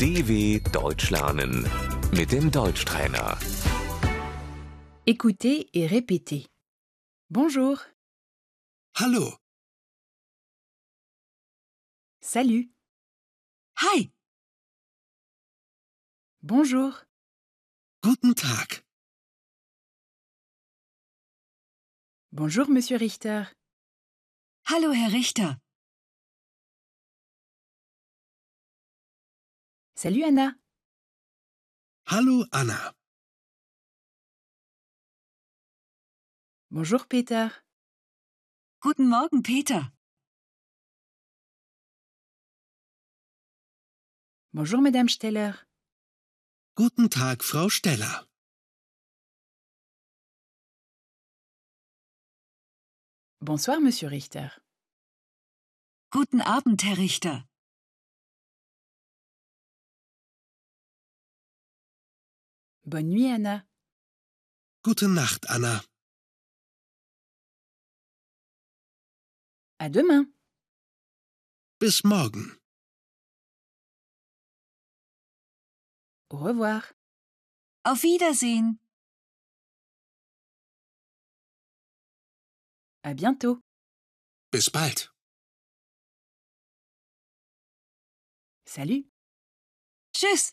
DW Deutsch lernen mit dem Deutschtrainer. Écoutez et répétez. Bonjour, Hallo, salut, Hi, bonjour, guten Tag. bonjour Monsieur Richter, hallo Herr Richter. salut Anna, Hallo Anna. bonjour Peter, Guten Morgen, Peter. bonjour Madame Steller, Guten Tag, Frau Steller. bonsoir Monsieur Richter. Guten Abend, Herr Richter. Bonne nuit Anna, Gute Nacht, Anna. à demain. Bis morgen. Au revoir. Auf Wiedersehen. À bientôt. Bis bald. Salut. Tschüss.